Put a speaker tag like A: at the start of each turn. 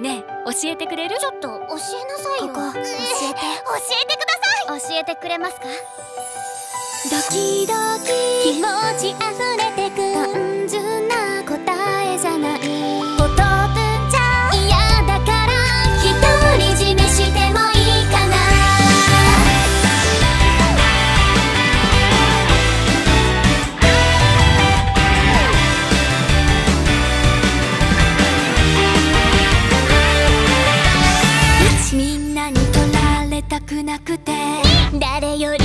A: ねえ教えてくれる
B: ちょっと教えなさいよ
C: ここ教えて
B: 教えてください
C: 教えてくれますか
B: ドキドキ気持ち溢れてく単純な答えじゃないポトプちゃん嫌だから独り占めしてもいいかなみんなに取られたくなくて誰より